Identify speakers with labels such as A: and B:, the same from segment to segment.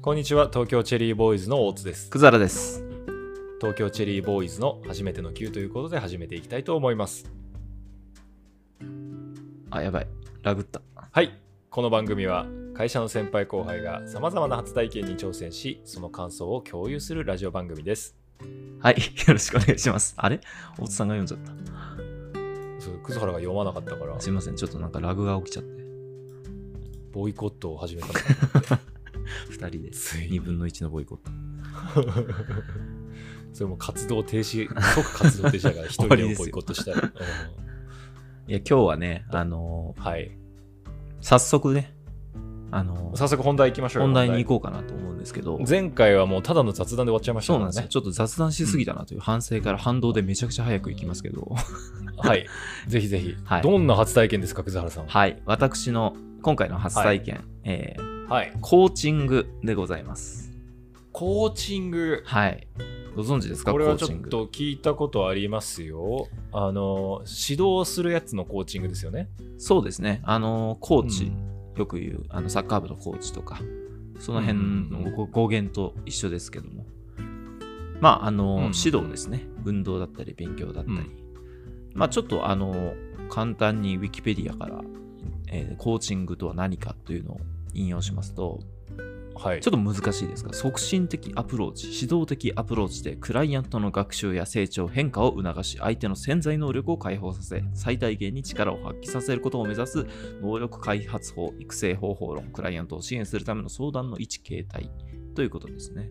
A: こんにちは東京チェリーボーイズの大津です
B: くざらです。
A: 東京チェリーボーイズの初めての Q ということで始めていきたいと思います
B: あ、やばい。ラグった。
A: はいこの番組は会社の先輩後輩がさまざまな初体験に挑戦しその感想を共有するラジオ番組です
B: はい。 よろしくお願いします。あれ大津さんが読んじゃっ
A: そう葛原が読まなかったから
B: た。すいません。ちょっとなんかラグが起きちゃって。
A: ボイコットを始めた
B: 二人で。
A: ついに
B: 二分の一のボイコット。
A: それも活動停止即活動停止だから一人
B: 終わり
A: で
B: ですよ
A: ボイコットしたら、うん
B: いや、今日はね、あの
A: はい
B: ー早速ね、あのー
A: 早速本題行きましょうよ
B: 本題に行こうかなと思うんですけど、
A: 前回はもうただの雑談で終わっちゃいました
B: そ
A: か
B: うな
A: ら
B: んですよ。
A: ね。
B: ちょっと雑談しすぎたなという反省から反動でめちゃくちゃ早く行きますけど、
A: はい。ぜひぜひ。
B: はい
A: どんな初体験ですか、葛原さんは。
B: はい。私の今回の初体験、えー
A: はい。
B: コーチングでございます。
A: コーチング。
B: はい。ご存知ですか
A: これはち
B: コーチ
A: ょ
B: ン
A: っ
B: グ
A: と聞いたことありますよ。あの、指導するやつのコーチングですよね。
B: そうですね。あの、コーチ、
A: うん
B: よく言う、あの、サッカー部のコーチとか、その
A: う
B: 辺
A: んうんう
B: の
A: ん
B: ご語源と一緒ですけども。まあ、あ
A: うん
B: の、指導ですね。運動だったり、勉強だったり。
A: うん
B: まあ、ちょっと、あの、簡単にウィキペディアから、えーコーチングとは何かというのを引用しますと、
A: はい。
B: ちょっと難しいですが、促進的アプローチ、指導的アプローチでクライアントの学習や成長、変化を促し、相手の潜在能力を解放させ、最大限に力を発揮させることを目指す能力開発法、育成方法論、クライアントを支援するための相談の一形態ということですね。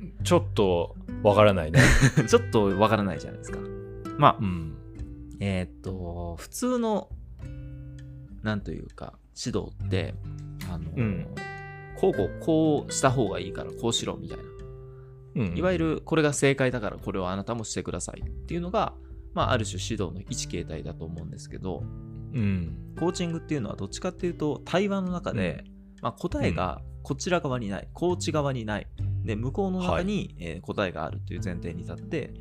A: ちょっとわからないね。
B: ちょっとわからないじゃないですか。まあ、
A: うん。
B: えーっと、普通の、なんというか、指導って、あの、
A: うん
B: こうこうこうした方がいいからこうしろみたいな。
A: うん
B: いわゆるこれが正解だからこれをあなたもしてくださいっていうのが、まあ、ある種指導の一形態だと思うんですけど
A: うん。
B: コーチングっていうのはどっちかっていうと対話の中で、まあ、答えがこちら側にない、コーチ側にないで向こうの中に、えー答えがあるという前提に立って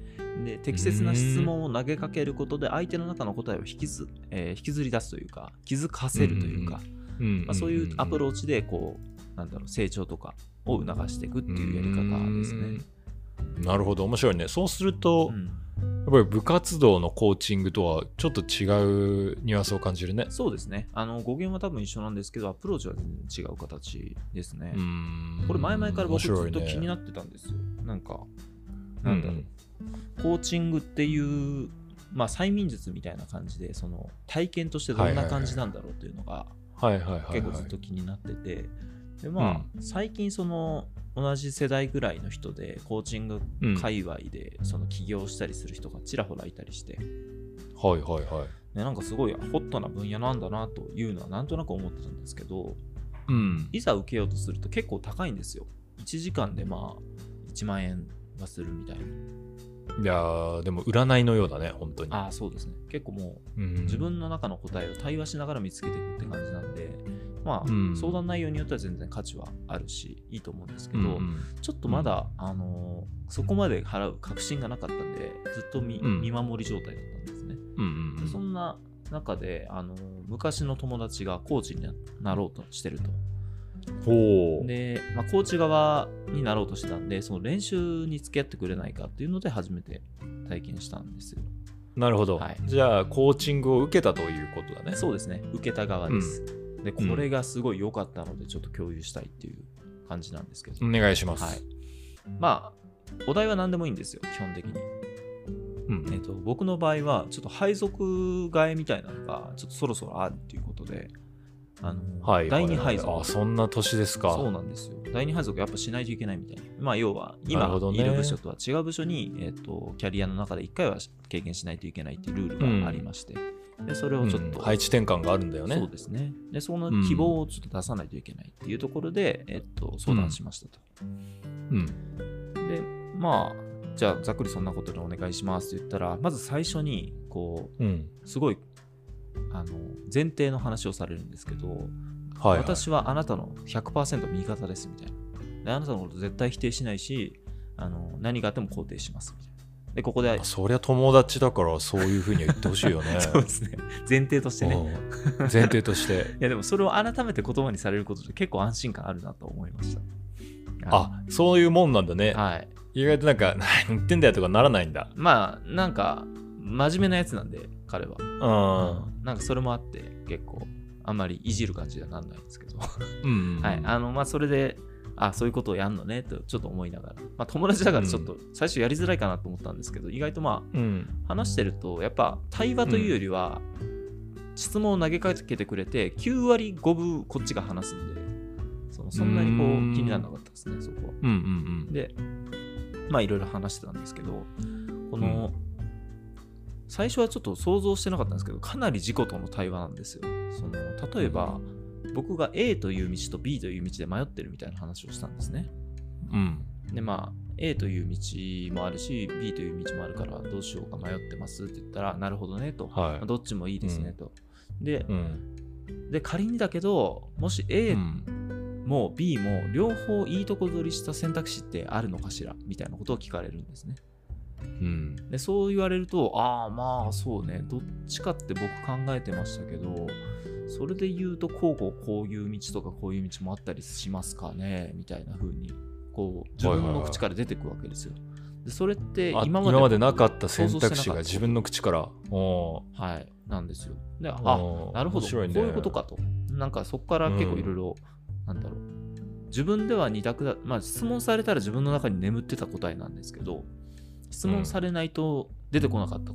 B: で適切な質問を投げかけることで相手の中の答えを引きず、えー引きずり出すというか気づかせるというか、
A: うん
B: まあ、そういうアプロ
A: ーチ
B: ーチでこうなんだろう成長とかを促していくっていうやり方ですね。。
A: うんなるほど、面白いね。そうすると、
B: うん
A: やっぱり部活動のコーチングとはちょっと違うニュアンスを感じるね。
B: そうですね。あの語源は多分一緒なんですけど、アプローチは全然違う形ですね。
A: うん
B: これ前々から僕ずっと気に
A: っ
B: なってたんですよ。なんか、
A: う、
B: なんだろうんコーチングっていう、まあ、催眠術みたいな感じで、その体験としてどんな感じなんだろうっていうのが
A: はいはいはい、はい。
B: 結構ずっと気になってて、でまあ、最近その同じ世代ぐらいの人で、コーチング
A: うん
B: 界隈でその起業したりする人がちらほらいたりして、
A: はいはいはい。
B: ね、なんかすごいホットな分野なんだなというのはなんとなく思ってたんですけど、
A: うん。
B: いざ受けようとすると結構高いんですよ。1時間でまあ1万円はするみたいな。
A: いやーでも占いのようだね、本当に。
B: ああ、そうですね。結構も
A: うん
B: う自分の中の答えを対話しながら見つけていくって感じなんで、まあ、
A: うん
B: 相談内容によっては全然価値はあるし、いいと思うんですけ
A: う
B: ど、
A: んうん
B: ちょっとまだ、あのーそこまで払う確信がなかったんで、ずっと見,、
A: うん
B: 見守り状態だったんですね。
A: うんう
B: で
A: ん
B: そんな中で、あのー昔の友達がコーチにななろうとしてると。
A: ほう。
B: で、まあ、コーチ側になろうとしてたんで、その練習に付き合ってくれないかっていうので、初めて体験したんですよ。
A: なるほど、
B: はい
A: じゃあ、コーチングを受けたということだね。
B: そうですね、受けた側です。で、これがすごい良かったので、ちょっと共有したいっていう感じなんですけど、
A: お願いします。
B: はい。まあ、お題は何でもいいんですよ、基本的に。
A: うん
B: えっと、僕の場合は、ちょっと配属替えみたいなのが、ちょっとそろそろあるっていうことで、あの、
A: はい、
B: 第2
A: はい
B: 配属
A: あ、。そんな年ですか。
B: そうなんですよ。第二配属やっぱしないといけないみたいな。まあ要は
A: な
B: 今
A: るほどね
B: いる部署とは違う部署に、えっとキャリアの中で1回は経験しないといけないっていうルールがありまして、でそれを
A: うん
B: ちょっと、
A: 配置転換があるんだよ
B: そう
A: ね。
B: ですね。でその
A: うん
B: 希望をちょっと出さないといけないっていうところで、えっと相談しましたと。
A: うん。
B: でまあじゃあざっくりそんなことでお願いしますって言ったらまず最初にこ
A: うん。
B: うすごいあの前提の話をされるんですけど
A: はい、はい。
B: 私はあなたの100%味方ですみたいなであなたのこと絶対否定しないしあの何があっても肯定しますみたいなでここで
A: あそりゃ友達だから、そういうふうには言ってほしいよね。
B: そうですね前提としてね
A: うん 前提として。
B: いやでもそれを改めて言葉にされることで結構安心感あるなと思いましたは
A: あそういうもんなんだね
B: い。はい。
A: 意外となんか 何言ってんだよとかならないんだ
B: まあ、なんか、真面目なやつなんで、彼は。
A: うん
B: うんなんかそれもあって、結構、あんまりいじる感じにはなんないんですけど。は
A: うん
B: い。あの、まあ、それで、あそういうことをやんのねとちょっと思いながら、まあ、友達だからちょっと最初やりづらいかなと思ったんですけど、意外とまあ
A: うん
B: 話してるとやっぱ対話というよりは、質問を投げかけてくれて9割5分こっちが話すんでそのそんなにこ
A: うーん
B: う気にならなかったですねそこは。
A: うんうん
B: でまあいろいろ話してたんですけどこの、最初はちょっと想像してなかったんですけどかなり自己との対話なんですよ。その例えば僕が A という道と B という道で迷ってるみたいな話をしたんですね。
A: うんうん
B: でまあ A という道もあるし B という道もあるからどうしようか迷ってますって言ったらなるほどねと、
A: はい
B: まあどっちもいいですねと、で
A: うん
B: で仮にだけどもし
A: う
B: A
A: ん
B: も B も両方いいとこ取りした選択肢ってあるのかしらみたいなことを聞かれるんですね
A: うん
B: でそう言われるとああまあそうねどっちかって僕考えてましたけどそれで言うとこうこうこういう道とかこういう道もあったりしますかねみたいな風にこう自分の口から出てくるわけですよ、でそれって
A: あ
B: 今まで
A: 今までなかった選択肢
B: 想像して
A: が
B: なかった
A: 自分の口からお
B: はいなんですよで
A: ー
B: あ
A: おー
B: なるほど、
A: 面白いね
B: こういうことかと。なんかそこから結構いろいろ、なんだろう。自分では二択だ、まあ質問されたら自分の中に眠ってた答えなんですけど、質問されないと出てこなかった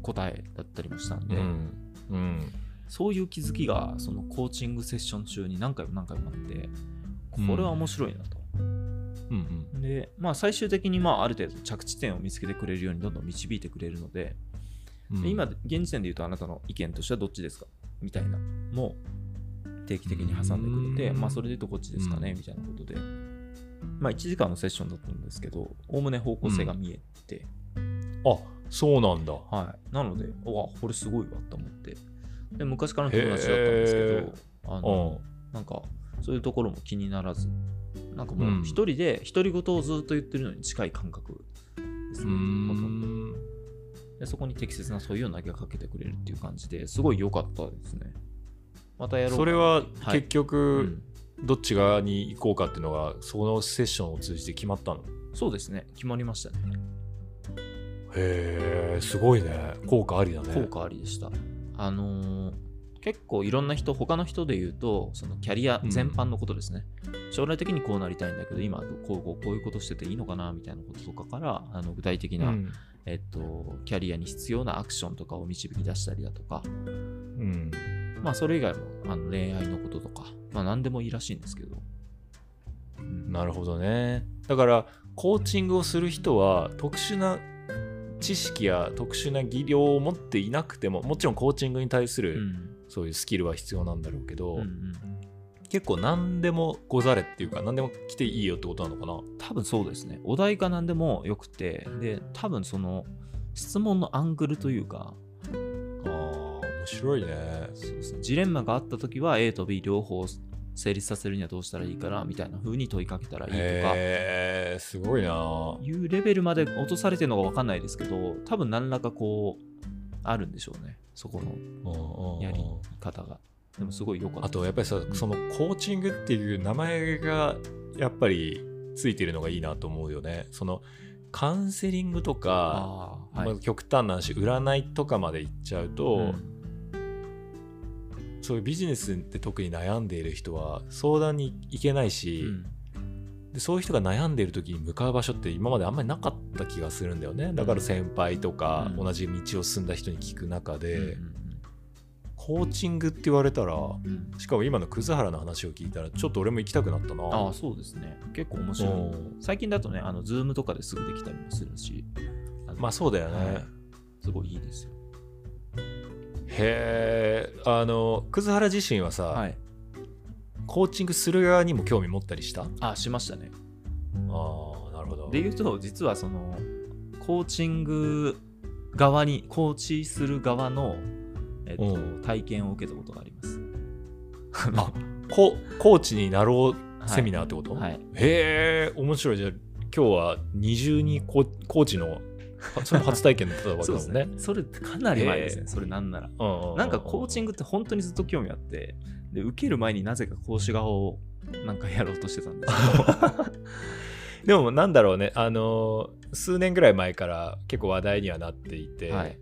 B: 答えだったりもしたん
A: う
B: で、
A: んうん
B: そういう気づきがそのコーチングセッション中に何回も何回もあって、
A: うん
B: これは面白いなと。
A: うんうん
B: で、まあ最終的にまあある程度着地点を見つけてくれるようにどんどん導いてくれるので、
A: うん
B: で今、現時点で言うとあなたの意見としてはどっちですかみたいなのを定期的に挟んでくれて、
A: うん
B: まあ、それで言うとこっちですかね
A: うん
B: みたいなことで、まあ、1時間のセッションだったんですけど、おおむね方向性が見えて、
A: あそうなんだ
B: はい、なので、うわ、これすごいわと思って、で昔からの友達だったんです
A: へ
B: け
A: ー
B: ど、あ
A: う
B: の
A: ん
B: なんかそういうところも気にならず、なんかも
A: うん
B: う一人で独り言をずっと言ってるのに近い感覚です
A: う
B: ね、ほとんど
A: ん
B: でそこに適切なそういう投げかけてくれるっていう感じですごい良かったですね。またやろう
A: それは結
B: う
A: 局
B: ん
A: どっち側に行こうかっていうのがそのセッションを通じて決まったの
B: そうですね決まりましたね
A: へえすごいね効果ありだね
B: 効果ありでした。あのー結構いろんな人他の人で言うとそのキャリア全般のことですね、将来的にこうなりたいんだけど今こうこうこういうことしてていいのかなみたいなこととかからあの具体的
A: う
B: な、
A: ん
B: えっと、キャリアに必要なアクションとかを導き出したりだとか
A: うん
B: まあそれ以外もあの恋愛のこととかまあ何でもいいらしいんですけど、うん
A: なるほどね。だからコーチングをする人は特殊な知識や特殊な技量を持っていなくてももちろんコーチングに対す
B: う
A: る
B: ん
A: そういうスキルは必要なんだろうけど、
B: うんうん
A: 結構何でもござれっていうか何でも来ていいよってことなのかな。
B: 多分そうですねお題か何でもよくてで多分その質問のアングルというか
A: あー面白いね。
B: そうですねジレンマがあった時は A と B 両方成立させるにはどうしたらいいかなみたいな風に問いかけたらいいとか
A: へえすごいな。
B: いうレベルまで落とされてるのが分かんないですけど多分何らかこうあるんでしょうねそこの
A: うんうんうん
B: やり方がでもすごい良かった
A: あとやっぱりさそのコーチングっていう名前がやっぱりついてるのがいいなと思うよね。そのカウンセリングとか
B: あーはい
A: まあ、極端な話占いとかまで行っちゃうと、
B: うん
A: そういうビジネスで特に悩んでいる人は相談に行けないし、
B: うん
A: でそういう人が悩んでいる時に向かう場所って今まであんまりなかった気がするんだよねだから先輩とか
B: うん
A: 同じ道を進んだ人に聞く中で、
B: うん
A: コーチングって言われたら
B: うんうん
A: しかも今の葛原の話を聞いたらちょっと俺も行きたくなったな
B: ああそうですね結構面白い
A: うん
B: 最近だとね、あの、ズームとかですぐできたりもするし、あの
A: まあそうだよね、
B: はいすごいいいですよ。
A: へえあの葛原自身はさ、
B: はい。
A: コーチングする側にも興味持ったりしたあ
B: あ、しましたね。
A: あーなるほど
B: で言うと、実はその、コーチング側に、コーチする側の、えっと
A: う、
B: 体験を受けたことがあります。
A: あココーチになろ
B: は
A: う
B: い
A: セミナーってこと、
B: はい。
A: へえ面白いじゃあ今日は二重にココーチのそれも初体験だったわけ
B: そう
A: だも
B: です
A: んね
B: ね。それかなり前ですね、
A: へえ
B: それなんなら。な
A: なん
B: かコーチン
A: グ
B: グって本当にずっと興味あって、で受ける前になぜか講師側をなんかやろうとしてたんです けど、
A: でもなんだろうねあのー数年ぐらい前から結構話題にはなっていて、
B: はい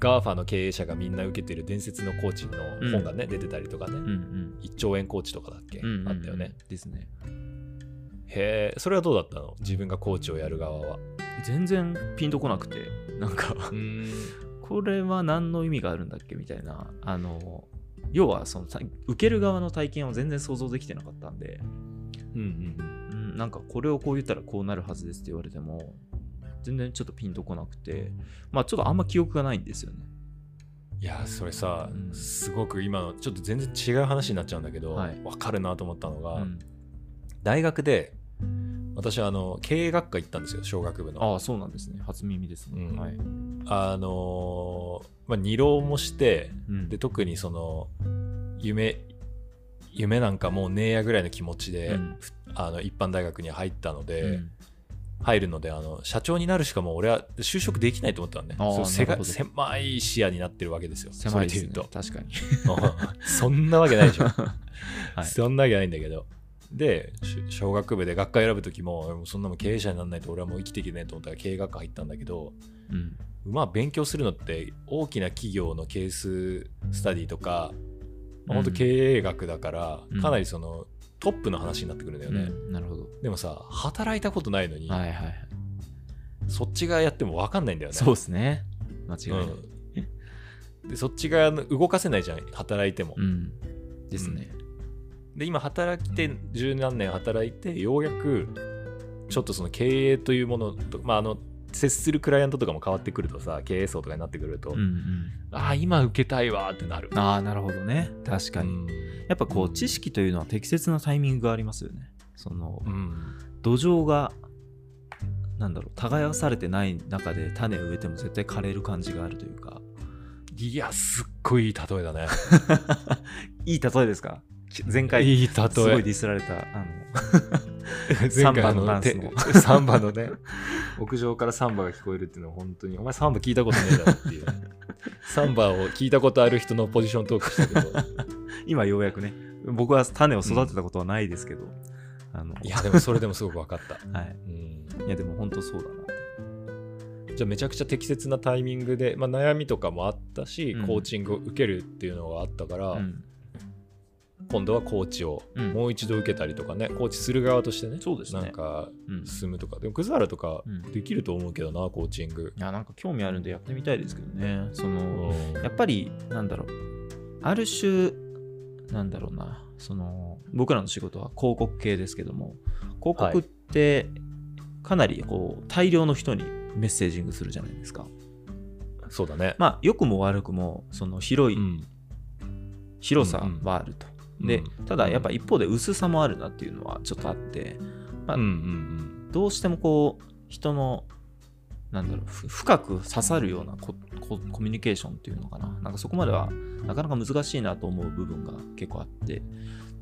A: ガーファの経営者がみんな受けてる伝説のコーチの本がね、出てたりとかね、
B: うんうん
A: 1兆円コーチとかだっけ、
B: うんうんうん
A: あったよね。
B: ですね。
A: へえそれはどうだったの自分がコーチをやる側は
B: 全然ピンとこなくて、なんか、
A: うん
B: これは何の意味があるんだっけみたいな、あの、要はそのさ受ける側の体験を全然想像できてなかったんで、
A: うん
B: うん、なんかこれをこう言ったらこうなるはずですって言われても、全然ちょっとピンとこなくて、まあちょっとあんま記憶がないんですよね。
A: いやそれさ、
B: うん
A: すごく今のちょっと全然違う話になっちゃうんだけど、わ
B: はい
A: 分かるなと思ったのが、
B: うん
A: 大学で私はあの経営学科行ったんですよ小学部の。
B: ああ、そうなんですね。初耳ですね。
A: うん
B: はい。
A: あのーまあ、二浪もして
B: うん
A: で特にその夢夢なんかもうねえやぐらいの気持ちで、
B: うん
A: あの一般大学に入ったので、
B: うん
A: 入るのであの社長になるしかもう俺は就職できないと思ったのね
B: あー
A: そうせ
B: な
A: が
B: るほど
A: 狭い視野になってるわけですよ
B: 狭いです、ね、
A: それで
B: 確かに。
A: 言うと そんなわけないでしょ、
B: はい
A: そんなわけないんだけどでし小学部で学科選ぶ時も俺もうそんなもん経営者にならないと俺はもう生きていけねえと思ったから経営学科入ったんだけど、
B: うん
A: まあ勉強するのって大きな企業のケーススタディとか、まあ
B: うん
A: 本当経営学だから、
B: うん
A: かなりそのトップの話になってくるんだよね、
B: うんなるほど。
A: でもさ働いたことないのに、
B: はいはいはい。
A: そっち側やっても分かんないんだよね
B: そうですね。間違いない。
A: うんでそっち側の動かせないじゃん働いても、
B: うん。ですね。
A: で今働いて十何年働いてようやくちょっとその経営というものと、まあ、あの接するクライアントとかも変わってくるとさ経営層とかになってくると、
B: うんうん。
A: ああ今受けたいわーってなる
B: ああ、なるほどね。確かに。やっぱこう、知識というのは適切なタイミングがありますよね。その
A: う、ん
B: 土壌が、なんだろう、耕されてない中で種を植えても絶対枯れる感じがあるというか。
A: いやすっごいいい例えだね
B: いい例えですか前回、
A: いい例え
B: すごいディスられた、あの、
A: 前回
B: サンバのダンスの
A: て サンバのね屋上からサンバが聞こえるっていうのは本当にお前サンバ聞いたことねえだろって いうサンバを聞いたことある人のポジショントークしたけど
B: 今ようやくね僕は種を育てたことはないですけど、あの
A: いやでもそれでもすごく分かった、
B: はい、
A: うん、
B: いやでも本当そうだなって
A: じゃあめちゃくちゃ適切なタイミングで、まあ、悩みとかもあったし、
B: うん
A: コーチングを受けるっていうのがあったから、
B: うん
A: 今度はコーチを
B: うん
A: もう一度受けたりとかねコーチする側としてね
B: そうですね
A: なんか
B: うん
A: 進むとかでも葛原とか
B: うん
A: できると思うけどなコーチング
B: いやなんか興味あるんでやってみたいですけどねその
A: うん
B: やっぱりなんだろうある種なんだろうなその僕らの仕事は広告系ですけども広告ってかなりこう大量の人にメッセージングするじゃないですか
A: そうだね、
B: まあ良くも悪くもその広い、
A: うん
B: 広さはあると、
A: うん
B: で
A: うん
B: ただやっぱ一方で薄さもあるなっていうのはちょっとあってまあ
A: うんうん
B: どうしてもこう人のなんだろうふ深く刺さるようなコココミュニケーションっていうのかななんかそこまではなかなか難しいなと思う部分が結構あって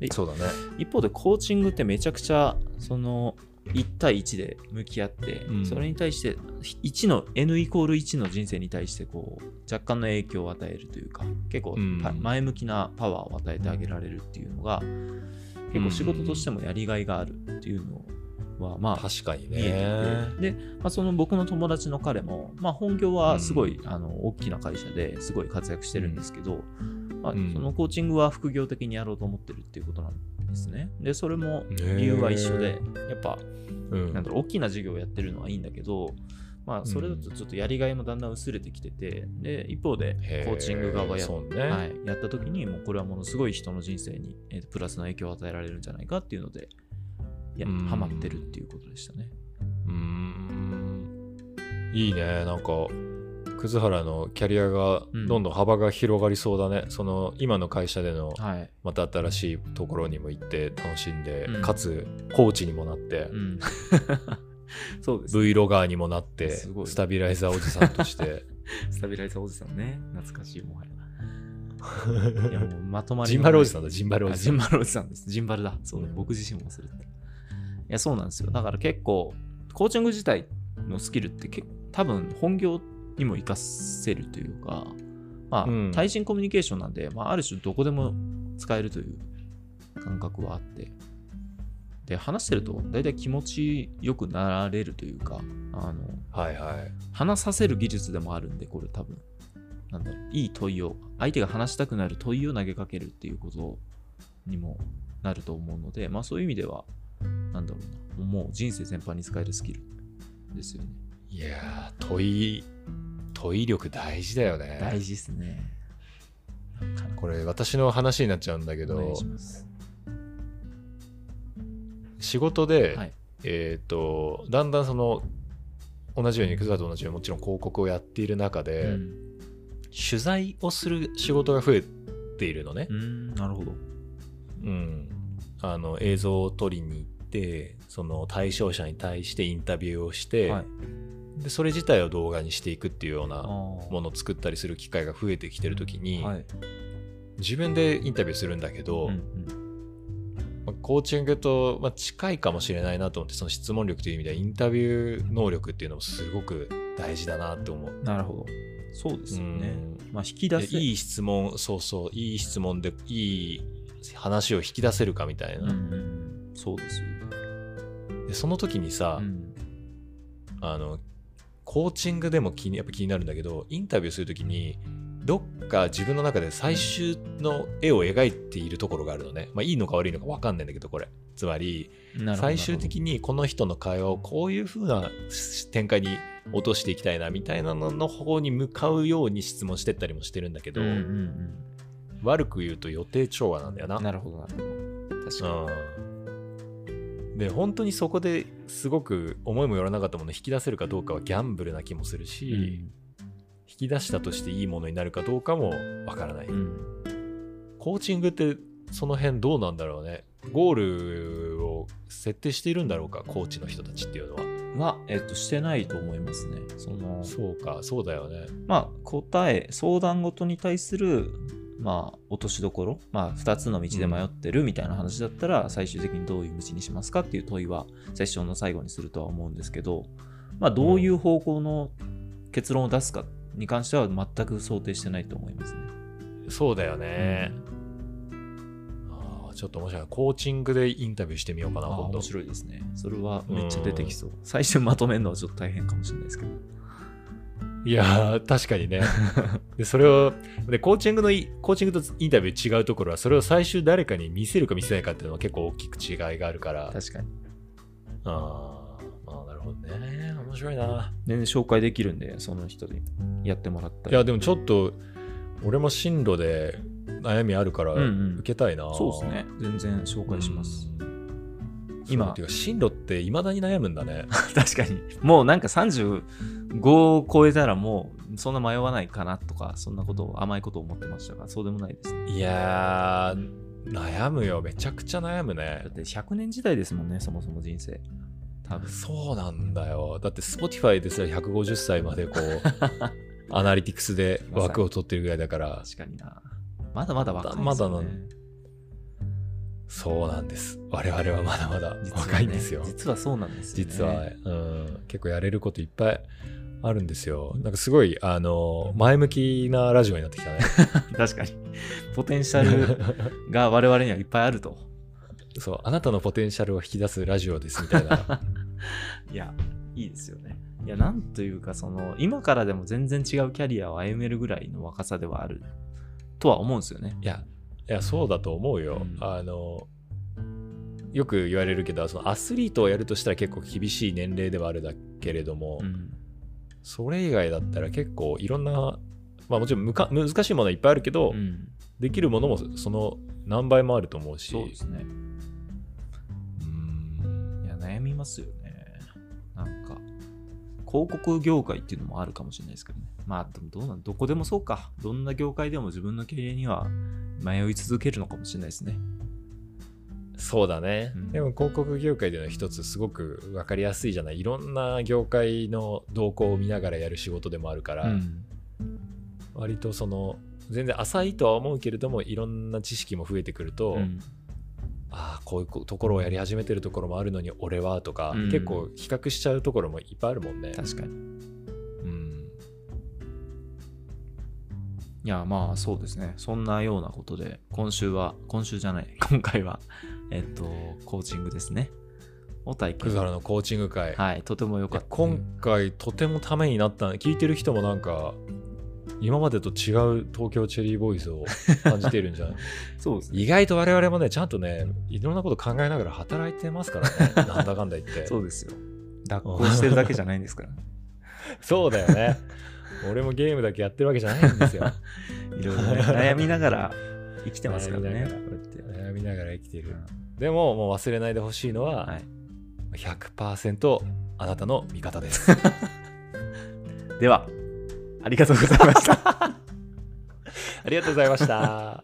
A: うんそうだね
B: 一方でコーチングってめちゃくちゃその1対1で向き合って、
A: うん
B: それに対して1の N イコール1の人生に対してこう若干の影響を与えるというか結構
A: うん
B: パ前向きなパワーを与えてあげられるっていうのが結構仕事としてもやりがいがあるっていうのはまあ
A: 確かに
B: 見え
A: ね
B: ていてで、まあ、その僕の友達の彼も、まあ、本業はすごい、あの大きな会社ですごい活躍してるんですけど、まあ、
A: うん
B: そのコーチングは副業的にやろうと思ってるっていうことなんですねでそれも
A: ね
B: 理由は一緒でやっぱ
A: うん
B: なんだろう大きな事業をやってるのはいいんだけどまあそれだとちょっとやりがいもだんだん薄れてきててで一方で
A: へ
B: コーチング側や
A: そうね、
B: はい、やった時にもうこれはものすごい人の人生に、えープラスの影響を与えられるんじゃないかっていうのでいや
A: うん
B: ハマってるっていうことでしたね。
A: うーんいいねなんか葛原のキャリアが
B: うん
A: どんどん幅が広がりそうだね、その今の会社での
B: はい、
A: また新しいところにも行って楽しんで、
B: うん
A: かつコーチにもなって
B: う、ん、 そうです、ね。
A: Vlogger にもなって
B: すごい
A: スタビライザーおじさんとして
B: スタビライザーおじさんね、懐かしいもはや。いやもうまとまり
A: ジンバルおじさんだジンバルお
B: あ
A: じ
B: ジ
A: さ
B: ン
A: ん
B: バルおじさんです。ジンバルだ。そうね、
A: うん
B: 僕自身も忘れてた。いや、そうなんですよ。だから結構、コーチング自体のスキルって結多分本業にも活かせるというか、まあ
A: うん
B: 対人コミュニケーションなんで、まあ、ある種どこでも使えるという感覚はあってで話してると大体気持ちよくなられるというかあの
A: はいはい。
B: 話させる技術でもあるんでこれ多分なんだろういい問いを相手が話したくなる問いを投げかけるっていうことにもなると思うのでまあそういう意味ではなんだろうなもう人生全般に使えるスキルですよね
A: いやー、問い、問い力大事だよね。
B: 大事ですねなんか
A: これ、私の話になっちゃうんだけ
B: お願い
A: ど
B: し、ます
A: 仕事で、
B: はい
A: えっ、と、だんだんその、同じように、クザと同じように、もちろん広告をやっている中で、
B: うん
A: 取材をする仕事が増えているのね
B: う。んなるほど
A: うん、あの映像を撮りに行ってその対象者に対してインタビューをして、
B: はい
A: でそれ自体を動画にしていくっていうよう
B: あ
A: な
B: ー
A: ものを作ったりする機会が増えてきてる時に、
B: はい
A: 自分でインタビューするんだけど、
B: うんうん
A: まあコーチングと、まあ、近いかもしれないなと思ってその質問力という意味ではインタビュー能力っていうのもすごく大事だなと思う。
B: なるほどそうですよね
A: うん
B: まあ引き
A: で
B: 出せ
A: いい質問そうそういい質問でいい話を引き出せるかみたい
B: うんう
A: な、
B: んうんそうですよね
A: でその時にさ、
B: うん
A: あのコーチングでも気にやっぱ気になるんだけどインタビューするときにどっか自分の中で最終の絵を描いているところがあるのね、まあ、いいのか悪いのか分かんないんだけどこれつまり
B: なるほど
A: 最終的にこの人の会話をこういう風な展開に落としていきたいなみたいなのの方に向かうように質問してったりもしてるんだけど、
B: うんうん
A: 悪く言うと予定調和なんだよ
B: うん、なるほどなるほど確か
A: うんで本当にそこですごく思いもよらなかったものを引き出せるかどうかはギャンブルな気もするし、
B: に、
A: 引き出したとしていいものになるかどうかもわからない、
B: うんうん
A: コーチングってその辺どうなんだろうねゴールを設定しているんだろうかコーチの人たちっていうのは
B: は、えっと、してないと思いますねその
A: そうかそうだよね
B: まあ答え相談事に対するまあ落としどころ、まあ、2つの道で迷ってるみたいな話だったら、最終的にどういう道にしますかっていう問いはセッションの最後にするとは思うんですけど、まあ、どういう方向の結論を出すかに関しては全く想定してないと思いますね。
A: そうだよね、あーちょっと面白いコーチングでインタビューしてみようかな
B: あー
A: 今度
B: 面白いですね。それはめっちゃ出てきそう。最初まとめるのはちょっと大変かもしれないですけど。
A: いやー確かに ねでそれをでコーチングのいコーチングとインタビュー違うところはそれを最終誰かに見せるか見せないかっていうのは結構大きく違いがあるから
B: 確かに。
A: あーあーなるほどね面白いな
B: 全然紹介できるんで、その人にやってもらった
A: い
B: り。
A: やでもちょっと俺も進路で悩みあるから
B: うんうん
A: 受けたいな、
B: そうですね。全然紹
A: うん
B: 介します。
A: 今
B: 今
A: ていうか進路っていまだに悩むんだ ね
B: 確かに。もうなんか35を超えたらもうそんな迷わないかなとか、そんなことを甘いことを思ってましたが、そうでもないですね。
A: いやー悩むよめちゃくちゃ悩むね
B: だって100年時代ですもんね、そもそも人生。多分。
A: そうなんだよだって Spotify ですら150歳までこ うアナリティクスで枠を取ってるぐらいだから
B: 確かにな。まだまだ若い
A: ま
B: です
A: だ
B: よ
A: まだ
B: ね。
A: なそうなんです我々はまだまだ
B: 実はね
A: 若いんですよ
B: 実はそうなんですよ、ね。
A: 実は、うん、結構やれることいっぱいあるんですよなんかすごいあの前向きなラジオになってきたね
B: 確かに。ポテンシャル が我々にはいっぱいあると。
A: そうあなたのポテンシャルを引き出すラジオですみ たいな
B: いや、いいですよね。いや、なんというか、その、今からでも全然違うキャリアを歩めるぐらいの若さではあるとは思うんですよね。
A: いやいやそうだと思うよ、
B: うん
A: あのよく言われるけどそのアスリートをやるとしたら結構厳しい年齢ではあるだけれども、
B: うん。
A: それ以外だったら結構いろんな、まあ、もちろんむか難しいものはいっぱいあるけど、
B: うん
A: できるものもその何倍もあると思うし
B: そうですね。
A: うん
B: いや、悩みますよね。なんか、広告業界っていうのもあるかもしれないですけどね。まあ、でもどうなん、どこでもそうか。どんな業界でも自分の経営には迷い続けるのかもしれないですね。
A: そうだね、
B: うん
A: でも広告業界での一つすごく分かりやすいじゃないいろんな業界の動向を見ながらやる仕事でもあるから、
B: うん。
A: 割とその全然浅いとは思うけれどもいろんな知識も増えてくると、
B: うん
A: ああこういうこところをやり始めてるところもあるのに俺はとか、
B: うん
A: 結構比較しちゃうところもいっぱいあるもんね。
B: 確かに。いや、まあそうですね。そんなようなことで、今週は、今週じゃない、 今回は、えっと、コーチングですね。を体
A: ク
B: 験。
A: ザラのコーチング会、
B: はい、とても良かっ
A: で
B: た。
A: 今回とてもためになった聞いてる人もなんか今までと違う東京チェリーボーイズを感じているんじゃ ない
B: そうですね。
A: 意外と我々もねちゃんとねいろんなこと考えながら働いてますからねなんだかんだ言って
B: そうですよ。脱行してるだけじゃないんです から。
A: そうだよね俺もゲームだけやってるわけじゃないんですよ
B: いろいろね、悩みながら生きてますから
A: 悩み
B: ね。
A: な
B: こ
A: が
B: うやって
A: 悩みながら生きている
B: うん
A: でももう忘れないでほしいのは、
B: はい。
A: 100%あなたの味方です
B: では、ありがとうございました。
A: ありがとうございました